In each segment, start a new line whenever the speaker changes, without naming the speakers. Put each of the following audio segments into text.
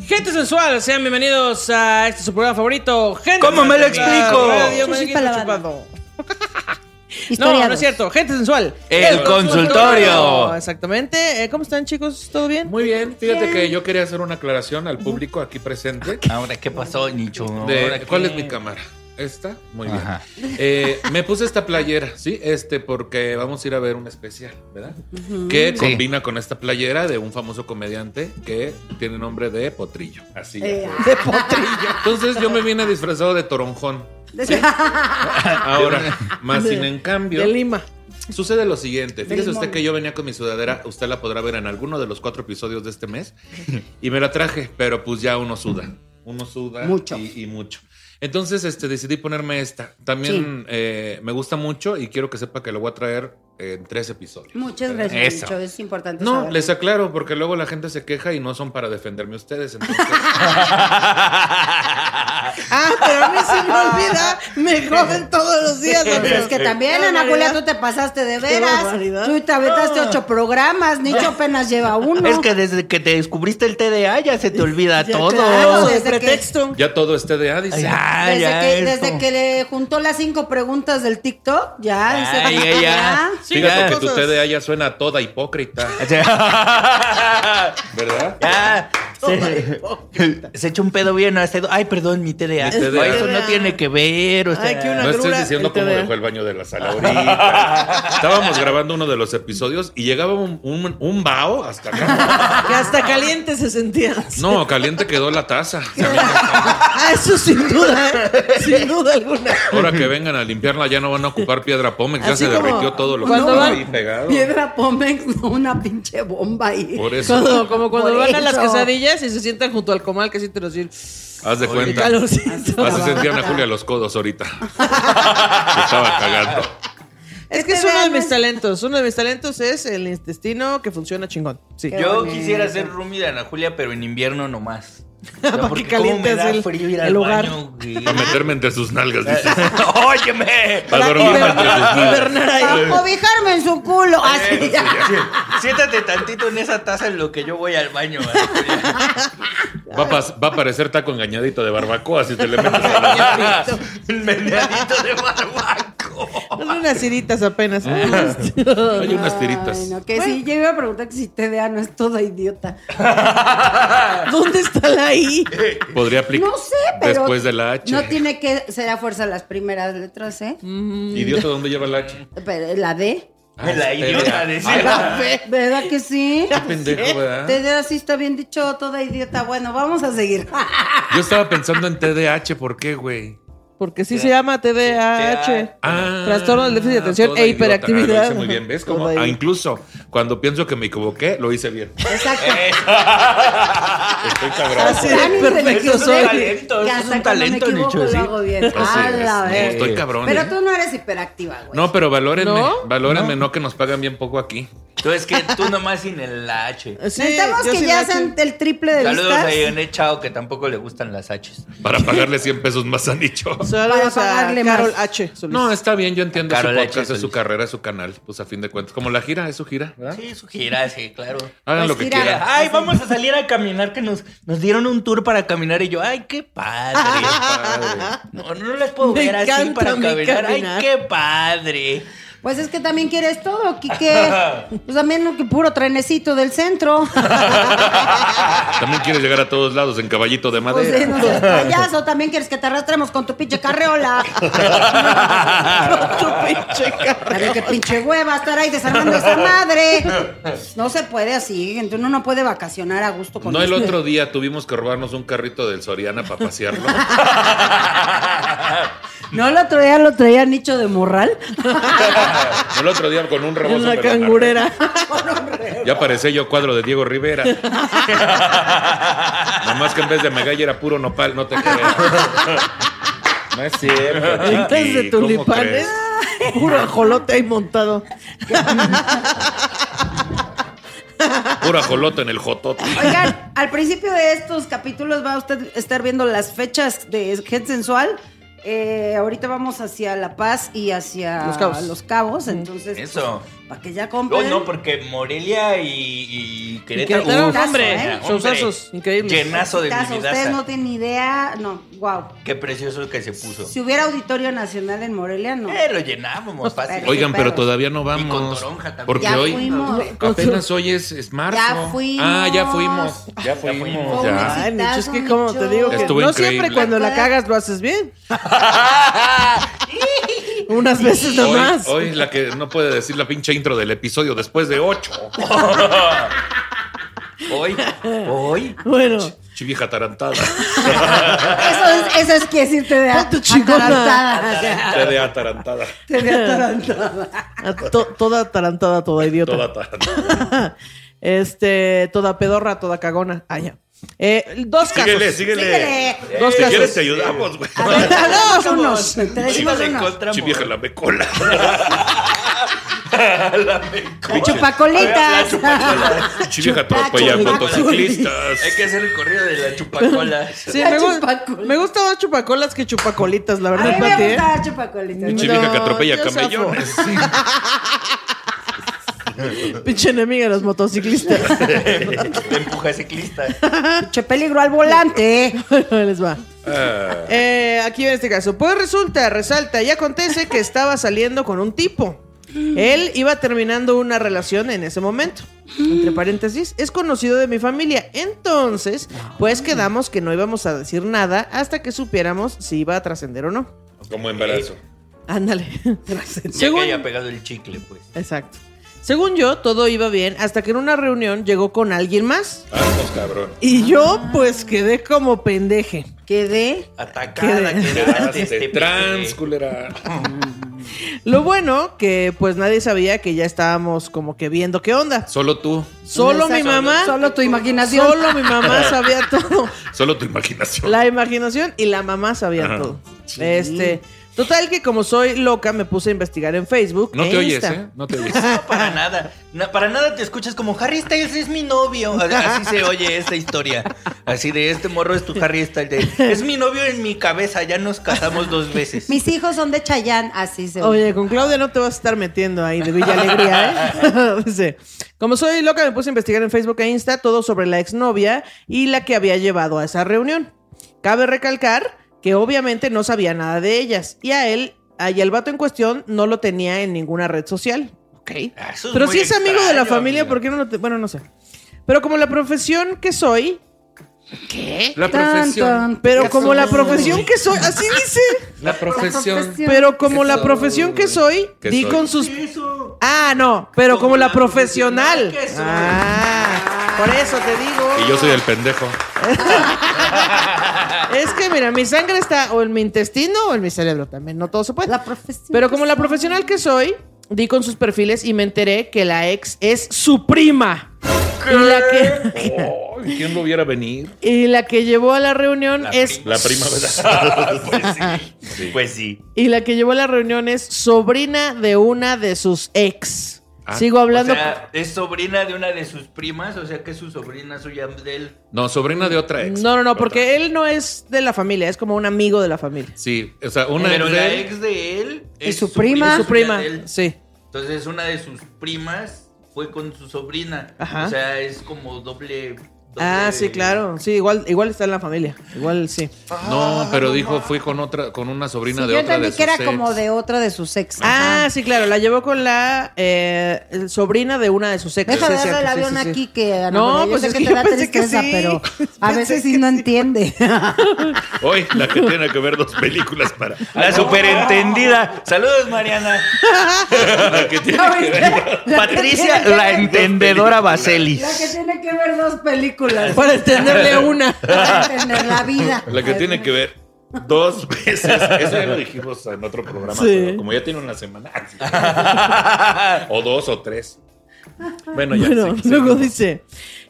sensual, sean bienvenidos a este su programa favorito. Gente
¿Cómo me lo explico?
Radio
Chuchis
Merenguito
Palabra.
Chupado. No,
Historiados.
no es cierto. Gente sensual.
El consultorio.
Exactamente. Eh, ¿Cómo están, chicos? ¿Todo bien?
Muy bien, fíjate que yo quería hacer una aclaración al público aquí presente.
Ahora, ¿qué pasó, Nicho?
de-
Ah, Ahora,
¿Cuál
¿qué?
es mi cámara? Esta, muy
Ajá.
bien. Eh, me puse esta playera, ¿sí? Este, porque vamos a ir a ver un especial, ¿verdad? Que
Sí.
combina con esta playera de un famoso comediante que tiene nombre de Potrillo. Así.
Eh,
De potrillo.
Entonces yo me vine disfrazado de toronjón.
Ah,
Ahora, más sin en cambio.
De Lima.
Sucede lo siguiente. Fíjese
Del
usted
mall.
que yo venía con mi sudadera, usted la podrá ver en alguno de los cuatro episodios de este mes, y me la traje, pero pues ya uno suda. Uno suda
Mucho.
Y, y mucho. Entonces este, decidí ponerme esta. También eh, me gusta mucho y quiero que sepa que lo voy a traer en tres episodios.
Muchas gracias,
Eso.
Nicho. Es importante
No,
saber.
les aclaro, porque luego la gente se queja y no son para defenderme ustedes. Entonces,
Ah, pero a mí se me olvida. Me joden todos los días.
Pero es
amigos.
que también,
Qué
Ana Julia,
barbaridad.
tú te pasaste de
barbaridad.
veras. Tú te aventaste ocho programas. Nicho apenas lleva uno.
Es que desde que te descubriste el TDA ya se te olvida
Ya,
todo.
Claro, de
Desde que-
pretexto.
ya todo esté de Addis.
Ya,
desde,
ya,
que,
es
desde
como-
que le juntó las cinco preguntas del TikTok, ya.
Ya,
dice,
ya, ya.
Sí,
Fíjate
ya.
que tu
cosas.
TDA ya suena toda hipócrita,
Ya.
¿verdad?
Ya. Se, se echó un pedo bien ácido. Ay, perdón, mi TDA.
Mi TDA.
Ay, Eso no tiene que ver. O sea,
Ay, qué una-
No estés
grula,
diciendo
el
cómo
TDA.
dejó el baño de la sala ahorita. Estábamos grabando uno de los episodios y llegaba un, un, un vaho hasta acá.
Que hasta caliente se sentían.
No, caliente quedó la taza.
Ah, eso sin duda, ¿eh? sin duda alguna.
Ahora que vengan a limpiarla ya no van a ocupar piedra pómex, ya
Así
se
como
derritió todo lo que
cuando
estaba
van-
ahí pegado.
Piedra Pómex, no una pinche bomba ahí.
Por eso,
Cuando- como cuando
Por
van a las
eso.
quesadillas y se sientan junto al comal que sienten los
haz de
el
cuenta.
calorcito.
Así sentían a Julia los codos ahorita. Se estaba cagando.
Es que es uno de mis talentos. Uno de mis talentos es el intestino que funciona chingón. Sí.
Qué
Yo
bonito.
quisiera ser roomie de Ana Julia, pero en invierno nomás.
Para que calientes el- el hogar.
güey.
Para meterme entre sus nalgas, dice.
Óyeme.
Para dormirme
hiber-
entre sus nalgas.
hibernar ahí.
Para cobijarme en su culo.
Ah,
Así ya.
pues Siéntate tantito en esa taza en lo que yo voy al baño. Ana Julia.
Va a, pas- va a parecer taco engañadito de barbacoa si te le metes a la
El meneadito de barbaco.
Son unas tiritas
Ah.
apenas.
Hay unas tiritas.
Ay, no, que sí, yo iba a preguntar que si TDA no es toda idiota.
¿Dónde está la I?
Podría aplicar
No sé, pero.
después de la H.
No tiene que ser a fuerza las primeras letras, ¿eh?
Mm.
Idiota, ¿dónde lleva la H?
Pero la D.
La idiota decía.
La D. ¿Verdad que sí?
Ah. Pendejo, ¿verdad?
TDA sí está bien dicho, toda idiota. Bueno, vamos a seguir.
Ah,
Yo estaba pensando en TDAH, ¿por qué, güey?
Porque sí se llama TDAH.
Ah,
Trastorno del déficit de atención
toda
e
idiota.
hiperactividad.
Ah, lo hice muy bien, ¿ves? Como,
Toda
ah,
idiota.
incluso cuando pienso que me equivoqué, lo hice bien.
Exacto.
Estoy
Ah,
cabrón.
Así de
Tan
perfecto
inteligente
soy.
talento,
que
es
hasta
un
cuando me
talento,
equivoco
Nicho, sí.
Lo hago bien.
Así
A
es.
Ah, la
No,
vez.
estoy cabrón.
Pero
¿eh?
tú no eres hiperactiva, güey.
No, pero valórenme.
¿No?
Valórenme, no. que nos pagan bien poco aquí.
Entonces, que tú nomás sin el la H.
Sí,
Necesitamos
yo
que
sí
ya
la
sean el triple de
Saludos
vistas.
a Ionet Chao, que tampoco le gustan las H's.
Para pagarle 100 pesos más a Nicho.
Saludos
Para
a
pagarle
Carol
más.
H. Solís.
No, está bien, yo entiendo
A
su
Carol H.
podcast, es su
Solís.
carrera, es su canal. Pues a fin de cuentas. Como la gira, es su gira, ¿verdad?
Sí, su gira, sí, claro.
Hagan
Pues
lo que
gira.
quieran.
Ay, vamos a salir a caminar, que nos, nos dieron un tour para caminar y yo, ay, qué padre.
Padre.
No, no las puedo
Me
ver así
encanta
para
a mí
caminar.
caminar.
Ay, qué padre.
Pues es que también quieres todo, Quique. Pues también lo que puro trenecito del centro.
También quieres llegar a todos lados en caballito de
Pues sí,
madera.
no seas payaso. También quieres que te arrastremos con tu pinche carreola.
tu pinche cara.
Pero qué pinche hueva estar ahí desarmando esa madre. No se puede así, gente. Uno no puede vacacionar a gusto con este.
No, el
eso.
otro día tuvimos que robarnos un carrito del Soriana para pasearlo.
No, el otro día lo traía Nicho de Morral.
No, El otro día con un rebozo.
En la
pero
cangurera.
agarré. Ya parecía yo cuadro de Diego Rivera. Nada más que en vez de megalla era puro nopal, no te creas. No es cierto.
En
chiqui,
vez de
¿cómo
tulipanes.
crees?
Puro ajolote ahí montado.
Puro ajolote en el jotote.
Oigan, al principio de estos capítulos va usted a estar viendo las fechas de Head Sensual. Eh, ahorita vamos hacia La Paz y hacia
Los Cabos.
Los Cabos, entonces
Eso.
pues, Para que ya
No,
compren.
no, porque Morelia y, y Querétaro.
Querétaro,
uf,
hombre,
era, hombre,
sonsazos, increíbles.
Llenazo de
Chicas, Ustedes no
vividaza.
tienen idea. No, wow.
Qué precioso que se puso.
Si hubiera Auditorio Nacional en Morelia, no. Pues,
Eh, lo llenábamos fácil.
Pero
Oigan,
qué perros.
pero todavía no vamos.
Y con toronja también.
Porque
Ya
hoy
fuimos.
apenas hoy es, es marzo.
Ya fuimos.
Ah, ya fuimos. Ya
Fue
fuimos.
un
ya.
Ay, Micho, es que
Exitazo,
como te digo que
Ah. Estuvo
no
increíble.
siempre cuando la cagas lo haces bien. Unas veces
Hoy,
nomás.
hoy es la que no puede decir la pinche intro del episodio después de ocho.
Hoy, hoy.
Bueno,
Chivija tarantada.
Eso es, eso es que decirte de
Pon tu chingona.
atarantada, o sea,
Te de atarantada.
te de atarantada.
a to- toda atarantada, toda idiota.
Toda atarantada.
este, toda pedorra, toda cagona. Ah, ya. Eh, dos casos.
Síguele, síguele.
Síguele.
Dos
Si
casos.
quieres te ayudamos, güey.
A ver,
Hagamos
te unos. Te decimos
Chivas en
unos.
contra.
Chivija la mecola.
La
La
chupacolitas.
chupacola.
Chivija
Chupacho,
atropella
chupacho.
motociclistas.
Hay que hacer el corrido de la chupacola.
Sí,
La
me, gu-
chupacola.
me gusta más chupacolas que chupacolitas, la
A
verdad,
mí me
Pati, ¿eh?
gusta chupacolitas.
Pinche
Chivija que
No,
atropella
yo zafo.
camellones.
Pinche enemiga de los motociclistas.
Te empuja ciclista.
Pinche peligro al volante.
Ahí les va.
Ah,
Eh, aquí en este caso. Pues resulta, resalta y acontece que estaba saliendo con un tipo. Él iba terminando una relación en ese momento. Entre paréntesis, es conocido de mi familia. Entonces, pues quedamos que no íbamos a decir nada hasta que supiéramos si iba a trascender o no.
como embarazo.
Ándale.
Ya que
Según-
haya pegado el chicle, pues.
Exacto. Según yo, todo iba bien hasta que en una reunión llegó con alguien más.
Vamos, Ah, pues, cabrón.
Y yo, pues, quedé como pendeje.
Quedé.
Atacada, quedaste este
trans,
pete.
culera.
Lo bueno que pues nadie sabía que ya estábamos como que viendo qué onda.
Solo tú.
Solo
Esa-
mi mamá.
Solo tu imaginación.
Solo mi mamá sabía todo.
Solo tu imaginación.
La imaginación y la mamá sabía
Ajá.
todo. Este, total que como soy loca me puse a investigar en Facebook.
No
e
te oyes,
Insta.
¿eh? No te oyes.
No, para nada. No, para nada te escuchas como Harry Styles es mi novio. Así se oye esta historia. Así de este morro es tu Harry Styles. Es mi novio en mi cabeza. Ya nos casamos dos veces.
Mis hijos son de Chayán, así se oye.
Oye, con Claudia no te vas a estar metiendo ahí de Villa Alegría, ¿eh? Dice, Como soy loca, me puse a investigar en Facebook e Insta todo sobre la exnovia y la que había llevado a esa reunión. Cabe recalcar que obviamente no sabía nada de ellas y a él, a- y al vato en cuestión, no lo tenía en ninguna red social. Ok.
Ah, eso es
Pero
muy
si es amigo de la
extraño,
familia,
amiga.
¿por qué no lo te- Bueno, no sé. Pero como la profesión que soy,
La
Tan,
profesión.
tan,
pero
tan,
como la
tan.
profesión que soy, así dice.
La profesión.
profesión.
Pero como la
soy?
profesión que soy,
¿Qué
di
soy?
con sus
Eso.
Ah, no, pero como,
Como
la
la
profesional.
profesional que soy.
Ah, por eso te digo.
Y yo soy el pendejo.
Es que mira, mi sangre está o en mi intestino o en mi cerebro también, no todo se puede.
La profesión.
Pero como la profesional que soy, di con sus perfiles y me enteré que la ex es su prima. Y la que,
Oh, ¿Quién lo viera venir?
y la que llevó a la reunión
La
es
La prima, ¿verdad?
Ah, pues sí. Pues sí.
y la que llevó a la reunión es sobrina de una de sus ex.
Ah,
Sigo hablando.
O sea, es sobrina de una de sus primas, o sea que es su sobrina suya de él.
No, sobrina de otra ex.
no, no, no,
Otra.
porque él no es de la familia, es como un amigo de la familia.
Sí, o sea, una
Pero
ex
la
de él.
ex de él
Es su
sobrina
prima.
Ah.
Su prima,
de él.
sí.
Entonces una de sus primas fue con su sobrina.
Ajá.
O sea, es como doble. doble-
Ah, sí, claro. Sí, igual, igual está en la familia. Igual sí.
No, pero dijo, fui con otra, con una sobrina
Sí,
de
yo
otra de
entendí
sus
que era
ex.
como de otra de sus ex.
Ah, sí, claro. La llevó con la eh, el sobrina de una de sus exes.
Deja
sí,
de
es
darle el
cierto, sí,
avión
sí, sí.
aquí que Ana
No,
María, yo
pues
sé
es
que,
que
te
yo
da
pensé que
tristeza,
sí.
pero a
Pensé que
veces sí no
sí.
entiende.
Hoy, la que tiene que ver dos películas para.
La superentendida. Saludos, Mariana.
La que tiene que ver.
Patricia,
tiene que
la
ver-
entendedora Baselis.
La que tiene que ver dos películas
Para entenderle una.
Ah,
para entender la vida.
La que tiene que ver dos veces. Eso ya lo dijimos en otro programa,
Sí.
pero como ya tiene una semana. así. O dos o tres. Bueno, ya.
Bueno,
sí, sí.
luego dice.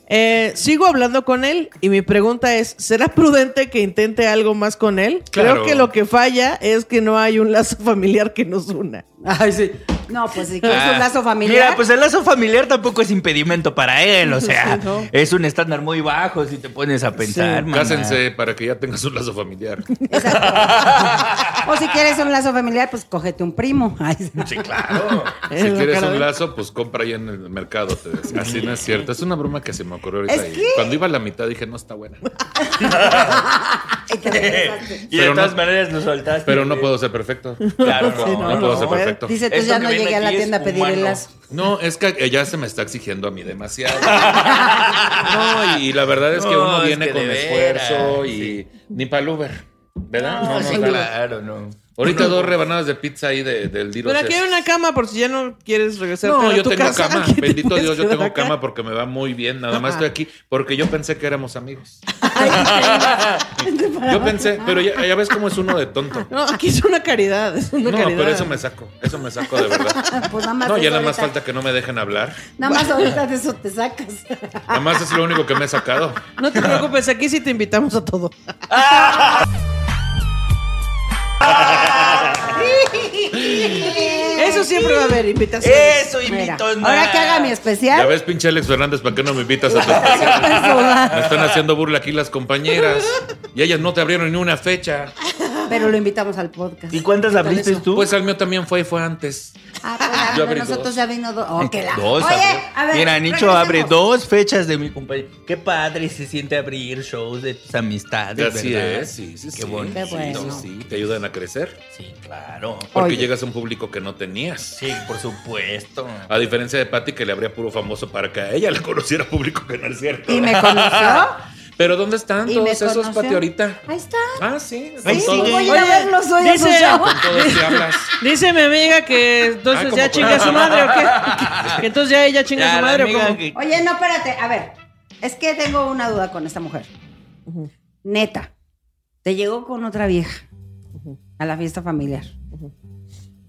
eh, sigo hablando con él y mi pregunta es, ¿será prudente que intente algo más con él?
Claro.
Creo que lo que falla es que no hay un lazo familiar que nos una.
Ay, sí. No, pues si quieres
Ah,
un lazo familiar.
Mira, pues el lazo familiar tampoco es impedimento para él, o sea,
Sí, no.
es un estándar muy bajo si te pones a pensar. maná.
Cásense para que ya tengas un lazo familiar.
Exacto. o si quieres un lazo familiar, pues cógete un primo. Ay,
Sí, claro.
Es
si
la
quieres
cara de-
un lazo, pues compra ahí en el mercado. te ves. Así no es cierto. Es una broma que se me ocurrió ahorita.
Es
y
que-
Cuando iba a la mitad dije, no está buena.
y te regresaste.
Y de
Pero
todas
no-
maneras lo soltaste.
Pero no puedo ser perfecto.
Claro, no,
no,
no.
puedo ser perfecto.
Dice, tú
Esto
ya
que
no
ven
llegué a la
aquí es
tienda a pedir el
humano.
lazo.
No, es que ya se me está exigiendo a mí demasiado. No, y, y la verdad es que
No,
uno
es
viene
que
con
de
esfuerzo
veras,
y ni para el Uber, ¿verdad?
No,
nos
sí,
da.
claro, no.
Ahorita dos rebanadas de pizza ahí de- del Diro.
Pero aquí hay una cama por si ya no quieres regresar
No,
a
yo
tu
tengo
casa.
cama.
Aquí te
Bendito
puedes
Dios, yo
quedar
tengo
acá.
cama porque me va muy bien. Nada más estoy aquí porque yo pensé que éramos amigos. yo pensé, pero ya, ya ves cómo es uno de tonto.
No, aquí es una caridad, es una
No,
caridad.
pero eso me saco, eso me saco de verdad.
Pues nada más
No, ya
eso
nada más
ahorita-
falta que no me dejen hablar.
Nada más ahorita de eso te sacas.
Nada más es lo único que me he sacado.
No te preocupes, aquí sí te invitamos a todo. Eso siempre va a haber invitaciones.
Eso
Mira,
invito
ahora que haga mi
Ya
especial.
ves, pinche Alex Fernández, ¿para qué no me invitas a tu especial? Me están haciendo burla aquí las compañeras. Y ellas no te abrieron ni una fecha.
Pero lo invitamos al podcast.
¿Y cuántas abriste tú?
Pues al mío también fue, fue antes.
Ah, pues, ah,
Yo
de
abrí
nosotros
dos.
ya vino dos. Oh, que la-
Dos,
Oye,
abrió.
a ver,
Mira, Nicho
regresemos.
abre dos fechas de mi compañero. Qué padre se siente abrir shows Ah, de tus amistades,
Así
¿verdad?
es, sí, sí, sí.
Qué bonito.
Qué bueno.
Sí, sí, te ayudan a crecer.
Sí, claro.
Porque
Oye.
llegas a un público que no tenías.
Sí, por supuesto.
A diferencia de Patty, que le habría puro famoso para que a ella le conociera público que no es cierto.
Y me conoció.
Pero ¿dónde están
y me
todos esos,
conoció.
Patty, ahorita?
Ahí está.
Ah, sí.
Ahí
están
Sí,
sigue.
todos.
voy a ir a
Oye,
verlos hoy a su
dice-
show.
Con todos te hablas.
Dice mi amiga que entonces
Ah, como
ya
con-
chinga a su madre o qué. Que entonces ya ella chinga a
Ya,
su
la
madre o
amiga
cómo.
que-
Oye, no, espérate. A ver, es que tengo una duda con esta mujer. Neta, te llegó con otra vieja a la fiesta familiar.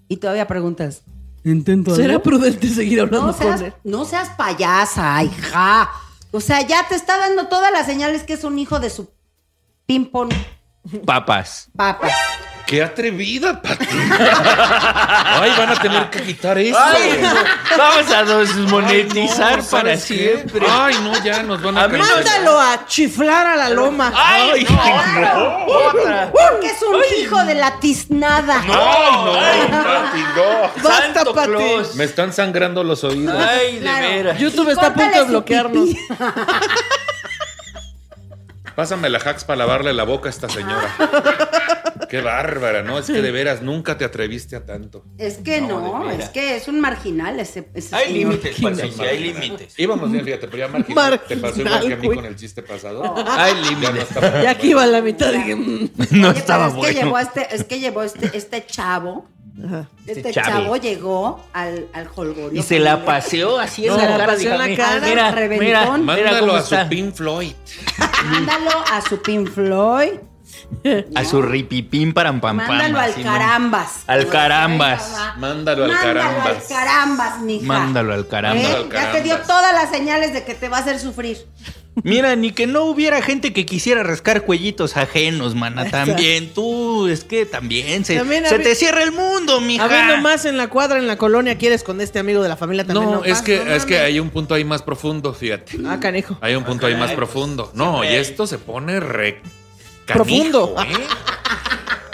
Y todavía preguntas. Intento.
Será prudente seguir hablando
No
con
seas,
él.
no seas payasa, hija. O sea, ya te está dando todas las señales que es un hijo de su ping-pong
Papas.
papa.
¡Qué atrevida, Patty! ¡Ay, van a tener que quitar eso!
Ay, vamos a
Ay,
desmonetizar
no,
para
¿sabes qué?
siempre.
Ay, no, ya nos van a,
A mí no-
cancelar.
Mándalo a chiflar a la loma.
Ah.
Ay, no. Otra.
Porque es un hijo de la tiznada.
Ay, no, Pati, no.
Basta,
Santo
Pati.
Claus.
Me están sangrando los oídos.
Ay, de
Claro.
veras.
YouTube está a punto de
Córtale su
bloquearnos.
pipí.
Pásame la hacks para lavarle la boca a esta señora. Qué bárbara, ¿no? Es que de veras nunca te atreviste a tanto.
Es que
No,
no,
de veras.
es que es un marginal ese, ese
Hay
señor.
límites, Patricia, hay límites.
Íbamos bien, fíjate, pero ya marginal. Te pasó igual que a mí
Marginal,
con el chiste pasado.
Hay
Ya no
límites.
está para-
Ya aquí iba la mitad. Dije, mm.
No
Oye,
estaba
pero es Que llevó
bueno.
a este, es que llevó este, este chavo.
Ajá.
Este,
Este chave.
chavo llegó al, al holgorio.
Y se la paseó así en
No,
la
la
cara.
paseó en la
dijo,
cara,
mira,
reventón.
mira, mira
Mándalo
cómo
a su
está.
Pink Floyd.
Mándalo a su Pink Floyd.
A su ripipín para pam pam.
Mándalo al
así, ¿no?
carambas.
Al carambas.
Mándalo al
Mándalo
carambas.
al carambas, mija.
Mándalo al carambas.
¿Eh?
Al
Ya te dio
carambas.
todas las señales de que te va a hacer sufrir.
Mira, ni que no hubiera gente que quisiera rascar cuellitos ajenos, mana. También tú, es que también se,
También a
se
mí-
te cierra el mundo, mija.
Habiendo más en la cuadra, en la colonia, quieres con este amigo de la familia también.
No, es
pasa,
que,
no
es que
mames.
hay un punto ahí más profundo, fíjate.
Ah, canijo.
Hay un punto ahí más
Ay,
profundo.
pues,
No, y
siempre hay.
esto se pone re
Profundo.
profundo.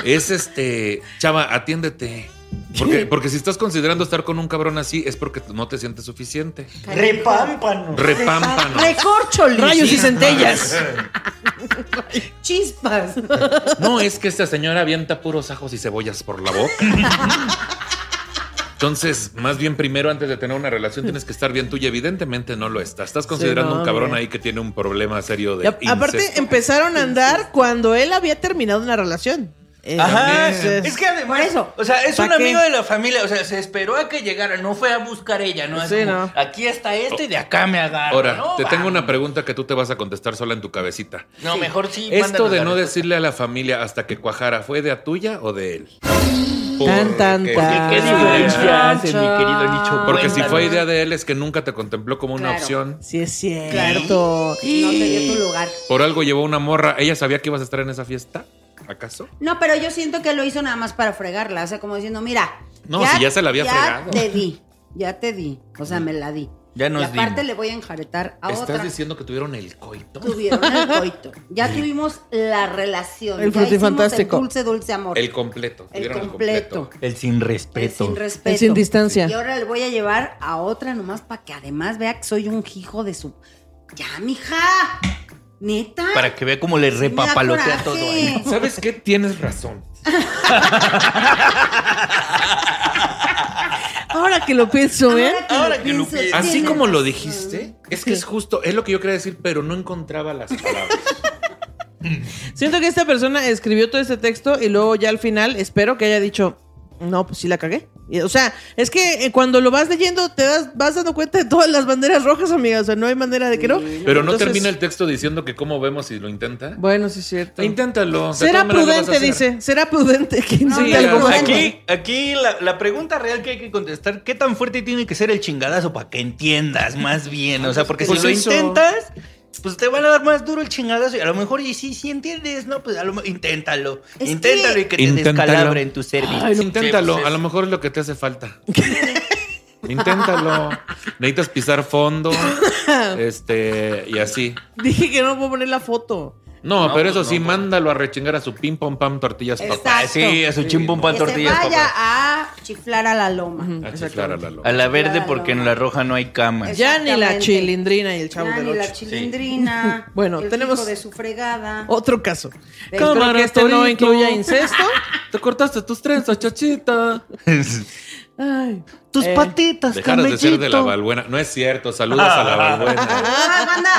Es este, chava, atiéndete. Porque, porque si estás considerando estar con un cabrón así, es porque no te sientes suficiente.
Repámpano.
Repámpano.
Recorcholis.
Rayos y centellas.
Chispas.
pues, No, es que esta señora avienta puros ajos y cebollas por la boca. Entonces, más bien primero, antes de tener una relación, tienes que estar bien tú y evidentemente no lo estás. Estás considerando
no,
un cabrón
hombre.
ahí que tiene un problema serio de
Y a- aparte,
incesto.
empezaron a andar cuando él había terminado una relación. Eh,
Ajá.
entonces-
Es que además.
Por eso.
O sea, es
¿Pa
un
qué?
amigo de la familia. O sea, se esperó a que llegara. No fue a buscar ella, ¿no? Es
Sí,
como,
no.
Aquí está este y de acá me agarra.
Ahora,
No,
te
va.
tengo una pregunta que tú te vas a contestar sola en tu cabecita.
No, mejor sí.
Esto
mándanos
de
la
no
respuesta.
decirle a la familia hasta que cuajara, ¿fue de a tuya o de él?
Tan, tan,
Porque-
tan.
Qué
Ay,
diferencia hace, mi
muchacha.
querido Nicho.
Porque si
Cuéntanos.
fue idea de él es que nunca te contempló como una
Claro.
opción.
Sí, es cierto.
No te dio tu lugar.
Por algo llevó una morra. ¿Ella sabía que ibas a estar en esa fiesta? ¿Acaso?
No, pero yo siento que lo hizo nada más para fregarla. O sea, como diciendo, mira,
No, si ya se la había
ya
fregado.
te di, ya te di. O sea, me la di.
Ya nos
y aparte
dimos.
le voy a enjaretar a
¿Estás
otra.
diciendo que tuvieron el coito?
Tuvieron el coito. Ya tuvimos la relación.
El
ya hicimos
frutifantástico.
El dulce, dulce amor.
El completo.
El
tuvieron
completo.
El sin
El
respeto.
sin respeto.
El sin distancia.
Y ahora le voy a llevar a otra nomás para que además vea que soy un hijo de su. Ya, mija. Neta.
Para que vea cómo le
Me da
repapalotea
coraje.
todo. ¿eh?
¿Sabes qué? Tienes razón.
Ahora que lo pienso, ¿eh?
Ahora que lo
pienso,
pienso.
Así
tienes
como lo
razón.
dijiste, es que es justo, es lo que yo quería decir, pero no encontraba las palabras.
Siento que esta persona escribió todo este texto y luego ya al final espero que haya dicho, no, pues sí la cagué. Y, O sea, es que eh, cuando lo vas leyendo te das, vas dando cuenta de todas las banderas rojas, amiga. O sea, no hay manera de que no.
Pero no
Entonces,
termina el texto diciendo que cómo vemos si lo intenta.
Bueno, sí es cierto.
Inténtalo. de
Será
todas maneras lo vas a
prudente,
hacer.
dice. Será prudente que
No,
intente
Sí,
algo más.
aquí, aquí la, la pregunta real que hay que contestar, ¿qué tan fuerte tiene que ser el chingadazo para que entiendas más bien? O sea, porque
Pues
si
eso.
lo intentas, pues te van a dar más duro el chingadazo y a lo mejor y sí, sí entiendes, ¿no? Pues a lo mejor inténtalo.
Es
inténtalo pues
que-
y que te
Inténtalo.
descalabre en tu servicio.
Ay, no, inténtalo, a lo mejor es lo que te hace falta. inténtalo. Necesitas pisar fondo. Este, y así.
Dije que no puedo poner la foto.
No,
No,
pero
pues
eso sí,
no.
mándalo a rechingar a su pim pom pam tortillas
Exacto.
papá.
Ah, Sí, a su chimpum pan
Que se
tortillas,
vaya
papá.
a chiflar a la loma.
A chiflar a la loca.
A la verde
Claro.
porque en la roja no hay cama.
Es-
Ya ni la
Exactamente.
chilindrina y el chavo
Ya
del
ni la
Ocho.
chilindrina.
Bueno,
el
tenemos-
hijo de su fregada.
Otro caso.
Del
Espero que este no
torito.
incluya incesto.
Te cortaste tus trenzas, chachita.
Ay.
Tus
Eh,
patitas,
Dejaras de ser de la
camellito.
balbuena. No es cierto. Saludos a la balbuena.
¡Ah, banda!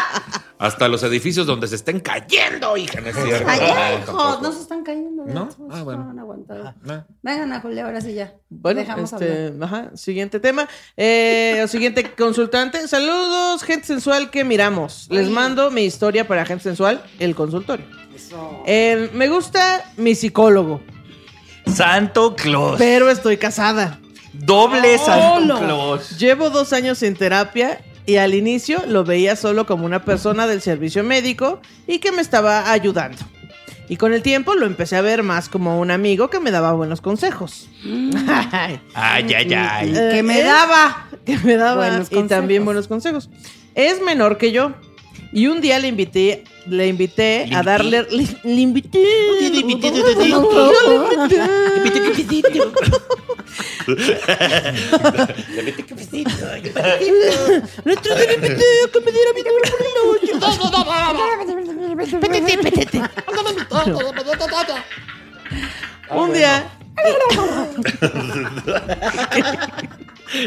Hasta los edificios donde se estén cayendo, hija. No es cierto.
Allá,
No,
hijos,
tampoco.
no se están cayendo.
¿No?
Se
Ah, bueno.
han aguantado.
No.
Vengan a Julia, ahora sí ya.
Bueno,
Dejamos hablar.
este, ajá, siguiente tema. Eh, o siguiente consultante. Saludos, gente sensual que miramos. Les
Ay.
mando mi historia para gente sensual, el consultorio.
Eso.
Eh, me gusta mi psicólogo,
Santo
Pues
Claus.
pero estoy casada.
Doble
Oh,
Santo
Solo.
Claus.
Llevo dos años en terapia y al inicio lo veía solo como una persona del servicio médico y que me estaba ayudando. Y con el tiempo lo empecé a ver más como un amigo que me daba buenos consejos.
Ay, ay, ay.
Eh,
que me
es-
daba.
que me daba
Buenos
y también
consejos.
buenos consejos. Es menor que yo. Y un día le invité, le invité
¿Le
a darle. Le, le invité.
Yo le invité, yo le
Nosotros le invité a que me diera mi número por la noche. Petete, petete. Un día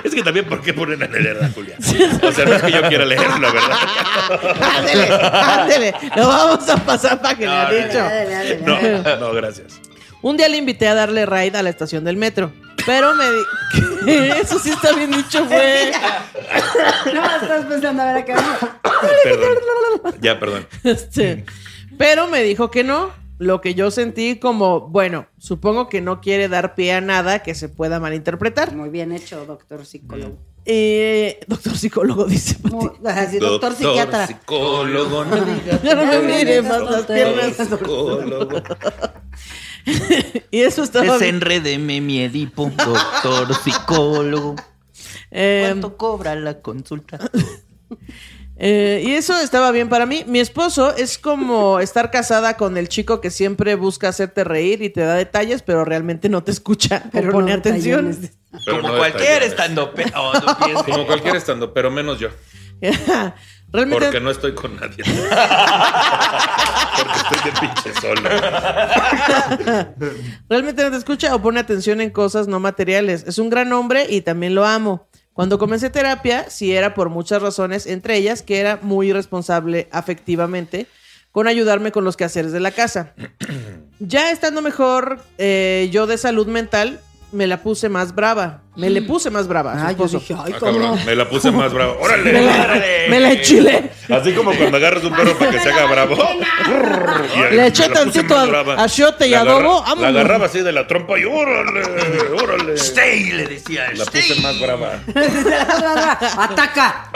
Es que también, ¿por qué ponen a leer a Julia? O sea, no es que yo quiera leerlo, ¿verdad?
Ándele, ándele. Lo vamos a pasar para que le ha
Dale,
dicho.
dale, dale,
No,
dale.
no, gracias.
Un día le invité a darle raid a la estación del metro. Pero me di- ¿Qué? Eso sí está bien dicho, güey.
No, estás pensando a ver acá.
Perdón. Ya, perdón.
Este, pero me dijo que no. Lo que yo sentí como, bueno, supongo que no quiere dar pie a nada que se pueda malinterpretar.
Muy bien hecho, doctor psicólogo.
Eh, doctor picólogo dice.
Muy- así, doctor, psiquiatra.
Psicólogo, no digas.
Ya no me mire más
Doctor
las piernas.
Psicólogo.
Y eso estaba. bien.
Desenrédeme mi Edipo, doctor psicólogo.
Eh,
Em.
¿Cuánto cobra la consulta?
Eh, y eso estaba bien para mí. Mi esposo es como estar casada con el chico que siempre busca hacerte reír y te da detalles, pero realmente no te escucha o
Pero
pone
no
atención.
detalles.
Pero
Como
no
cualquier
detalles.
estando pe- oh, no pienses.
Como cualquier estando, pero menos yo.
realmente
Porque no estoy con nadie. Porque estoy de pinche solo.
Realmente no te escucha o pone atención en cosas no materiales. Es un gran hombre y también lo amo. Cuando comencé terapia, sí era por muchas razones, entre ellas que era muy responsable afectivamente con ayudarme con los quehaceres de la casa. ya estando mejor, eh, yo de salud mental me la puse más brava. Me le puse más brava. a su
Ah, yo
esposo.
dije, ay,
Ah,
cómo.
cabrón, me la puse más bravo. ¡Órale!
me, la,
¡Órale!
me la enchilé.
Así como cuando agarras un perro para que se haga bravo. Y
Le
me
eché
la puse
tantito
más
al-
brava.
achiote y
La agarra-
adobo, vámonos.
La agarraba así de la trompa y órale, órale.
Stay, le decía.
eh, La puse
stay.
más brava.
Ataca.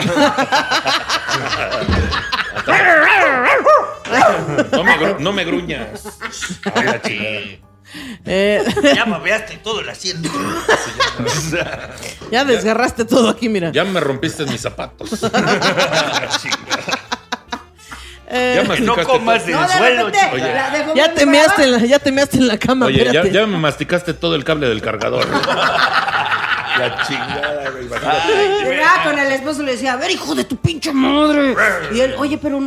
No me, gru- no me gruñas. Ay, la chingada.
Eh,
Ya babeaste todo el asiento.
ya desgarraste todo aquí, mira.
Ya me rompiste mis zapatos.
Eh,
Ya
no
masticaste
comas
todo-
del
No, de
suelo,
repente.
chico.
Oye.
la dejo
ya
muy
te
brava.
measte en la, ya te measte en la cama,
Oye, ya,
espérate.
ya me masticaste todo el cable del cargador.
La chingada, güey.
Llegaba con el esposo y le decía, a ver, hijo de tu pinche madre. Y él, oye, pero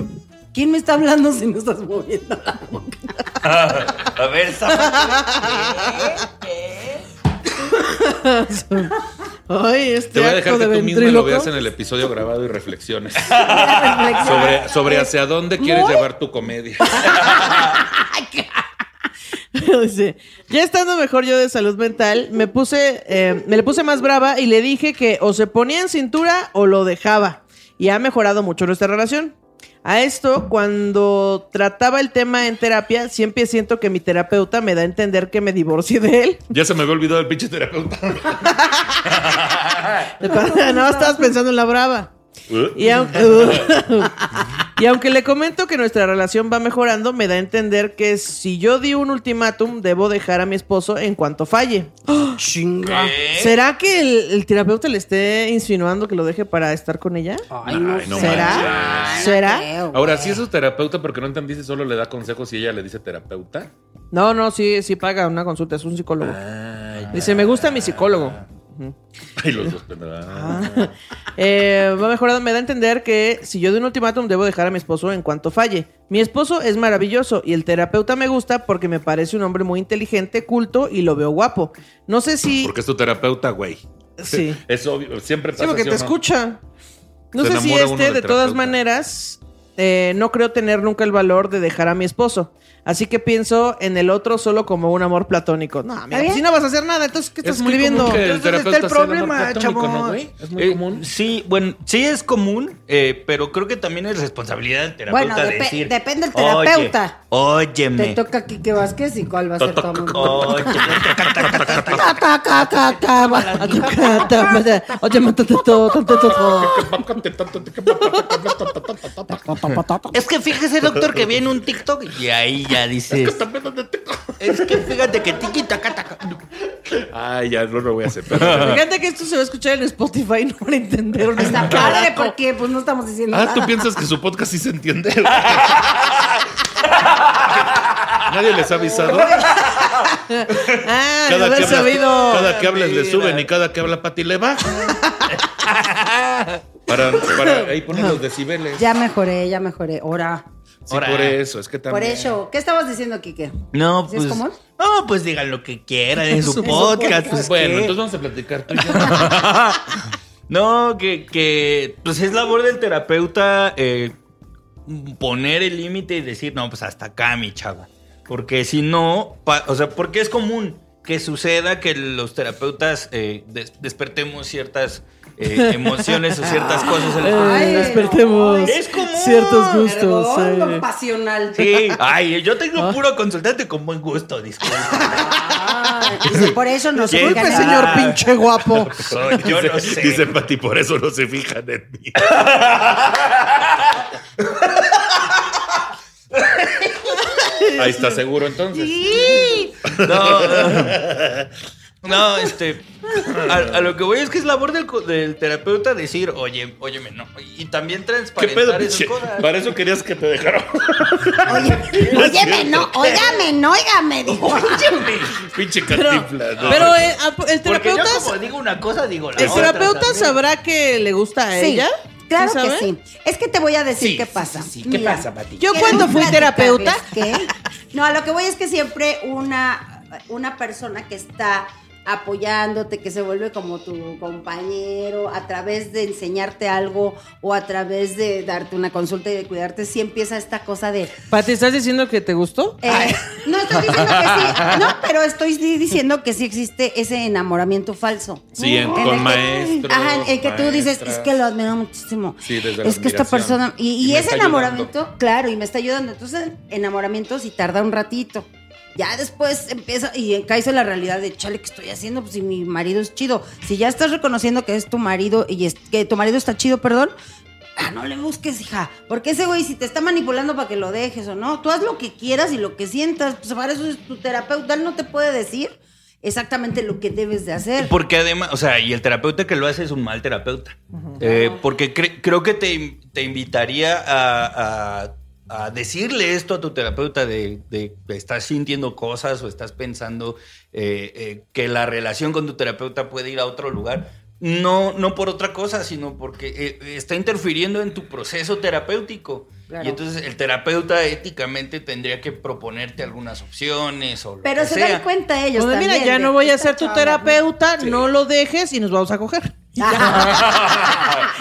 ¿quién me está hablando si no estás moviendo la boca?
A ver,
Ay, este
Te voy a dejar
acto
que
de
tú mismo lo
ventríloco.
veas en el episodio grabado y reflexiones
La reflexión.
sobre, sobre hacia dónde quieres llevar tu comedia.
Dice, ya estando mejor yo de salud mental, me puse, eh, me le puse más brava y le dije que o se ponía en cintura o lo dejaba. Y ha mejorado mucho nuestra relación. A esto, cuando trataba el tema en terapia, siempre siento que mi terapeuta me da a entender que me divorcie de él.
Ya se me había olvidado el pinche terapeuta.
no, estabas pensando en la brava.
¿Eh?
Y, aun- y aunque le comento que nuestra relación va mejorando, me da a entender que si yo di un ultimátum, debo dejar a mi esposo en cuanto falle.
Chinga.
¿Eh?
¿Será que el, el terapeuta le esté insinuando que lo deje para estar con ella?
Ay, no,
Ay, no
sé.
¿Será?
manches.
¿Será?
creo, güey.
Ahora, si es su terapeuta, porque no entendí si solo le da consejos y ella le dice terapeuta.
No, no, sí, sí paga una consulta, es un psicólogo. Dice, me gusta mi psicólogo.
Ay, los dos pendejos.
Ah. Eh, va mejorando, me da a entender que si yo doy un ultimátum debo dejar a mi esposo en cuanto falle. Mi esposo es maravilloso y el terapeuta me gusta porque me parece un hombre muy inteligente, culto y lo veo guapo. No sé si...
Porque es tu terapeuta, güey.
Sí.
Es obvio, siempre pasa.
Sí, porque
¿sí
te
o no?
escucha. No
Se
sé si
enamora uno
este,
del
de todas
terapeuta.
maneras, eh, no creo tener nunca el valor de dejar a mi esposo. Así que pienso en el otro solo como un amor platónico. No, mira,
bien?
pues si no vas a hacer nada, entonces, ¿qué estás
muy
escribiendo?
común que
Entonces, está el
terapeuta sea amor
problema,
platónico,
chavo.
¿no, güey? Es muy
Eh,
común.
Sí, bueno, sí es común, eh, pero creo que también es responsabilidad del terapeuta
Bueno, depe-
decir.
depende del
"Oye,
terapeuta". Te
Óyeme.
toca Kike Vázquez y cuál va a ser tu amor.
Oye,
Ta, ta, ca, ca, ta, ba, ta, ca, ta, ba, ta. Oye, ma, ta, ta, to, ta, ta, to, to.
Es que fíjese, doctor, que viene un TikTok y ahí ya dices. Es que fíjate que tiki taca taca.
Ay, ya no lo voy a hacer. pero-
Fíjate que esto se va a escuchar en Spotify y no van a entender. un
Está
carajo.
padre porque pues no estamos diciendo
Ah,
nada.
tú piensas que su podcast sí se entiende. Nadie les ha avisado.
Ah, lo
Cada que,
haber
hablas,
sabido.
cada que hablas le suben y cada que habla Pati le va. Para, para ahí ponen los decibeles.
Ya mejoré, ya mejoré. Ahora.
Sí,
Ahora.
por eso, es que también.
Por eso, ¿qué estabas diciendo, Kike?
No,
¿Sí es
pues.
común?
No, pues digan lo que quieran en su
su
podcast. pues,
Bueno,
¿qué?
entonces vamos a platicar tú y yo.
No, que, que pues es labor del terapeuta eh, poner el límite y decir, no, pues hasta acá, mi chava. Porque si no, pa- o sea, porque es común que suceda que los terapeutas eh, des- despertemos ciertas eh, emociones o ciertas cosas en los
Ay,
Ay,
despertemos
no,
es común.
Oh,
ciertos gustos.
Perdón,
sí.
compasional.
Sí, ay, yo tengo puro consultante con buen gusto, disculpa.
Ay, dice, por eso nos
Disculpe,
Disculpe,
juzgan.
señor
Ah.
pinche guapo.
Soy- yo no
Dice-
sé.
Dice Pati, por eso no se fijan en mí. Ahí está seguro entonces.
No, no. No, este. A, a lo que voy es que es labor del, co- del terapeuta decir, oye, óyeme, no. Y también
¿Qué
transparentar
pedo,
esas
pinche?
cosas.
Para eso querías que te dejaron.
Oye, óyeme, no, óigame, no, óigame. dijo.
pinche
Pero,
cantinflas. ¿no?
pero eh, ah, el
Porque yo
terapeuta,
como digo una cosa, digo la
el
otra.
terapeuta
también.
sabrá que le gusta a
Sí,
ella.
claro
¿Sí
que
sabe?
sí. Es que te voy a decir
Sí,
qué
sí,
pasa.
sí, sí. ¿Qué pasa, Pati?
Yo
quiero
cuando fui terapeuta-
platicarles que- No, a lo que voy es que siempre una, una persona que está apoyándote, que se vuelve como tu compañero, a través de enseñarte algo o a través de darte una consulta y de cuidarte, sí empieza esta cosa de...
Pati, ¿estás diciendo que te gustó?
Eh, no estoy diciendo que sí, no, pero estoy di- diciendo que sí existe ese enamoramiento falso.
Sí, en-
En el
con
que-
maestros,
Ajá, en el que tú dices,
maestras.
es que lo admiro muchísimo.
Sí, desde la
es que esta
admiración.
persona. Y, y
Y me
ese
está
enamoramiento, claro, y me está ayudando. Entonces, enamoramiento sí tarda un ratito. Ya después empieza y caes en la realidad de, chale, ¿qué estoy haciendo? Pues si mi marido es chido. Si ya estás reconociendo que es tu marido y es- que tu marido está chido, perdón, Ah, no le busques, hija. Porque ese güey, si te está manipulando para que lo dejes o no, tú haz lo que quieras y lo que sientas. Pues para eso es tu terapeuta. Él no te puede decir exactamente lo que debes de hacer.
Porque además, o sea, y el terapeuta que lo hace es un mal terapeuta. Eh, porque cre- creo que te, in- te invitaría a, a- a decirle esto a tu terapeuta de, de- de estás sintiendo cosas o estás pensando eh, eh, que la relación con tu terapeuta puede ir a otro lugar. No, no por otra cosa, sino porque eh, está interfiriendo en tu proceso terapéutico.
Claro.
Y entonces el terapeuta éticamente tendría que proponerte algunas opciones o lo
Pero
que
se
sea.
dan cuenta ellos
Pues mira,
también
ya
de
no voy a
esta
ser tu
chava,
terapeuta, no lo dejes y nos vamos a coger.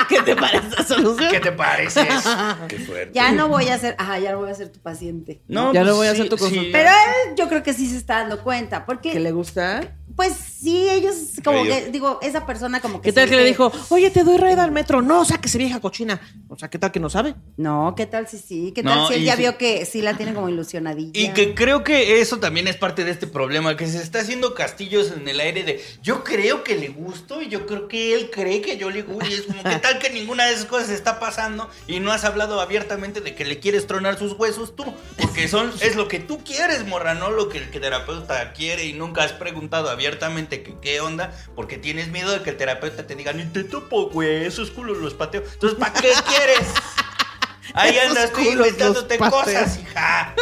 ¿Qué te parece esa solución?
¿Qué te parece? eso?
Qué fuerte.
Ya no voy a ser, ajá, ya no voy a ser tu paciente.
Ya no voy a hacer tu consulta.
Pero él, yo creo que sí se está dando cuenta,
¿Que
porque
le gusta?
pues sí, ellos como
Ellos.
que, digo, esa persona como que...
¿Qué tal
sí
que le
te-
dijo, oye, te doy raid al metro? No, sáquese vieja cochina. O sea, ¿qué tal que no sabe?
No, ¿qué tal si sí? ¿Qué tal
No,
si él
y
ya
sí.
vio que sí la tiene como ilusionadilla?
Y que creo que eso también es parte de este problema, que se está haciendo castillos en el aire de yo creo que le gusto y yo creo que él cree que yo le gusto. Y es como que tal que ninguna de esas cosas está pasando y no has hablado abiertamente de que le quieres tronar sus huesos tú. Porque son, es lo que tú quieres, morra, no lo que el terapeuta quiere y nunca has preguntado abiertamente que qué onda, porque tienes miedo de que el terapeuta te diga, ni te topo, güey, esos culos los pateo. Entonces, ¿para qué quieres? Ahí
Esos
andas tú
culos los
inventándote
pateo.
cosas, hija.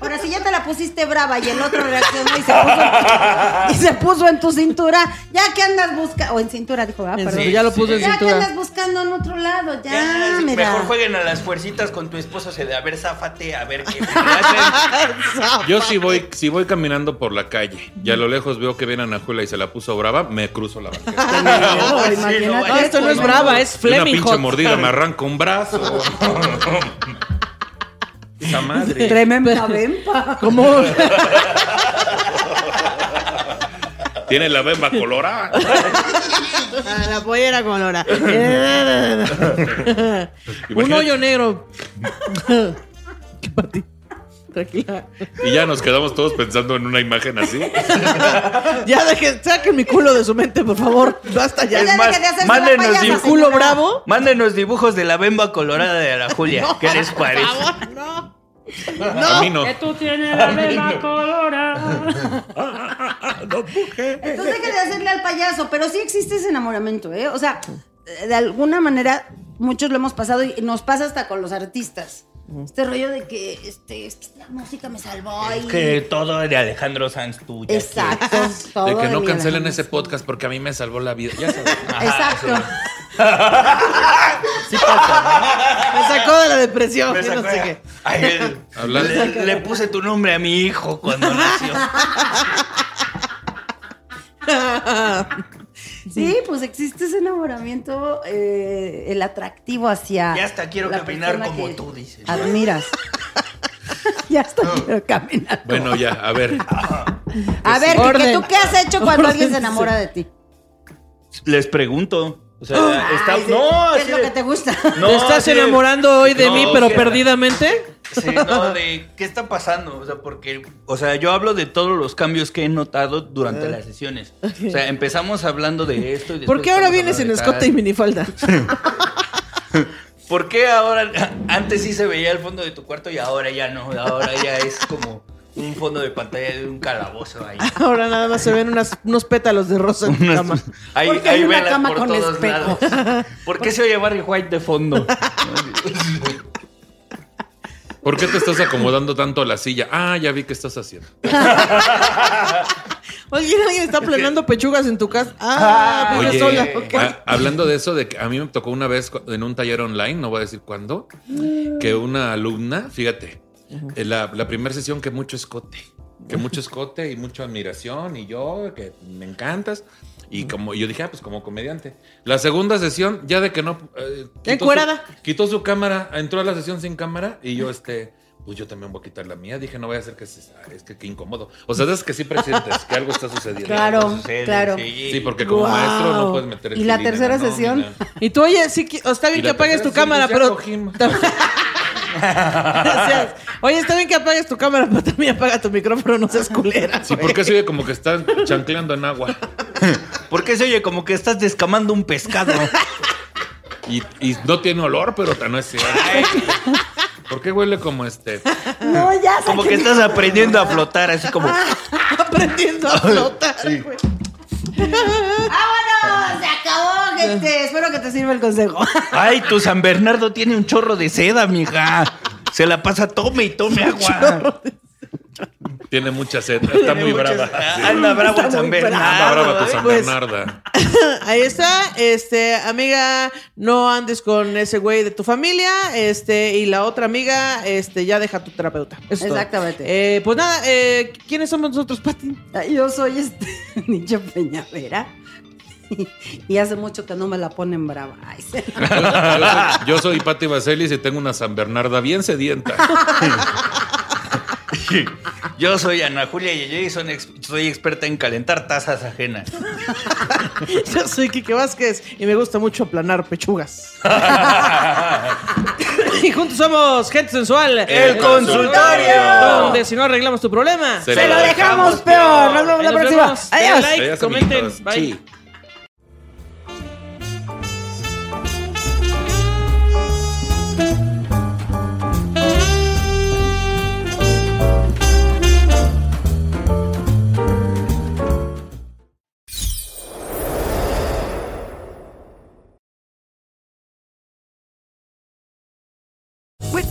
Ahora, si ya te la pusiste brava y el otro reaccionó y se puso, y se puso en tu cintura, ya que andas buscando, o en cintura, dijo, ah,
En
perdón.
cintura, ya lo
sí.
puse en
ya que andas
cintura.
buscando en otro lado, ya,
Ya, sí,
mira.
Mejor jueguen a las fuercitas con tu esposo, se de a ver, záfate, a ver qué me hacen.
Ah,
Yo si voy, si voy caminando por la calle y a lo lejos veo que viene Anajuela y se la puso brava, me cruzo la banqueta.
No,
Sí,
imagínate.
no,
No, esto no es
Pues,
brava, es
Y una
Fleming
pinche
Hot.
mordida, me arranca un brazo. Esa madre.
Tremenda vempa.
Como
Tiene la bemba colorada.
la pollera con hora. Un hoyo negro. Qué pati. Tranquila.
Y ya nos quedamos todos pensando en una imagen así.
Ya dejen, saquen mi culo de su mente, por favor. Basta ya.
Ya
Es
deje
más,
de hacerse la
mándenos
payasa,
dibujo.
Culo
señora.
bravo.
Mándenos dibujos de la bemba colorada de la Julia. ¿Qué les parece?
Por favor, no.
A mí no.
tú tienes la vela colorada.
Entonces deja de hacerle al payaso, pero sí existe ese enamoramiento, ¿eh? O sea, de alguna manera muchos lo hemos pasado y nos pasa hasta con los artistas. Este rollo de que, este, es que la música me salvó y...
Es que todo de Alejandro Sanz tú ya
Exacto. todo
De que no
mi
cancelen
alma.
ese podcast porque a mí me salvó la vida. Ya sabes.
Exacto.
Me sacó de la depresión.
quieres. Me
y no
sacó
sé
de-
qué.
Ay, el-
Hablando-
le, le puse tu nombre a mi hijo cuando nació.
Sí, pues existe ese enamoramiento, eh, el atractivo hacia.
Ya hasta quiero
la
caminar
persona
como
que
tú, dices.
Admiras. ya hasta quiero caminar.
Bueno, ya, a ver.
Pues
A ver, Quique,
Orden.
¿tú qué has hecho cuando
Orden,
alguien se
sí.
enamora de ti?
Les pregunto. O sea, Ah, está-
Ay, sí,
no,
¿Qué es
así
lo
de-
que te gusta?
No,
¿Te estás
así de-
enamorando hoy de
No,
mí, pero
sí,
perdidamente?
Sí, no, de qué está pasando. O sea, porque, o sea, yo hablo de todos los cambios que he notado durante las sesiones. O sea, empezamos hablando de esto. Y después
Ah. ¿Por qué ahora
estamos
vienes en
hablando de
escote
tal.
y minifalda?
¿Por qué ahora, antes sí se veía el fondo de tu cuarto y ahora ya no? Ahora ya es como un fondo de pantalla de un calabozo ahí.
Ahora nada más se ven unas- unos pétalos de rosa en tu cama.
Hay,
¿Por qué hay
hay
una
velas
cama
por
con
todos
espejos?
lados. ¿Por qué se oye Barry White de fondo?
¿Por qué te estás acomodando tanto a la silla? Ah, ya vi que estás haciendo.
Oye, alguien está plenando pechugas en tu casa. Ah,
Ah,
vives
Oye,
sola. ok.
a- hablando de eso, de que a mí me tocó una vez cu- en un taller online, no voy a decir cuándo, que una alumna, fíjate, en la, la primera sesión que mucho escote, que mucho escote y mucha admiración y yo, que me encantas. Y como y yo dije, ah, pues como comediante. La segunda sesión, ya de que no... eh,
Ya
quitó
encuerada.
su- Quitó su cámara, entró a la sesión sin cámara y yo este... Pues yo también voy a quitar la mía. Dije, no voy a hacer que se- es que, que incómodo. O sea, es que sí presientes que algo está sucediendo.
Claro,
Sucede,
claro.
Sí, porque como
Wow.
maestro no puedes meter
¿Y la
chile en
tercera
nómina.
sesión?
Y tú, oye, sí, que- o está
Y
bien que
la
apagues tu
tercera
cámara,
sesión,
pero.
pues, ya cogimos.
Gracias. Oye, está bien que apagues tu cámara, pero también apaga tu micrófono, no seas culera.
Sí,
güey.
porque se oye como que están chancleando en agua.
¿Por qué se oye como que estás descamando un pescado?
Y, y no tiene olor, pero no es cierto. ¿Por qué huele como este?
No, ya
Como que estás aprendiendo a flotar, así como.
Ah, Aprendiendo a flotar,
Sí.
güey.
¡Vámonos! ¡Se acabó, gente! Espero que te sirva el consejo.
Ay, tu San Bernardo tiene un chorro de seda, mija. Se la pasa, tome y tome agua.
Tiene mucha sed. Está muy
Muchas-
brava. Sí.
Ah,
Anda bravo el
Está
San
muy brava.
Está
Bernardo.
brava tu
¿eh?
San
Pues-
Bernarda.
Ahí está, este, amiga, no andes con ese güey de tu familia, este, y la otra amiga, este, ya deja a tu terapeuta. Eso es todo.
Exactamente.
Eh, pues nada, eh, ¿quiénes somos nosotros, Pati?
Yo soy este Nicho Peñavera. Y hace mucho que no me la ponen brava. Ay, se-
Yo soy, yo soy Pati Vaselis y tengo una San Bernarda bien sedienta.
Yo soy Ana Julia y son ex- soy experta en calentar tazas ajenas.
Yo soy Kike Vázquez y me gusta mucho planar pechugas. y juntos somos Gente Sensual.
El consultorio.
Donde si no arreglamos tu problema.
Se
¡Se lo dejamos peor! ¡Nos vemos la
Nos
próxima!
vemos. Denle
¡Adiós!
like,
Adiós,
comenten.
amiguitos.
Bye.
Sí.
With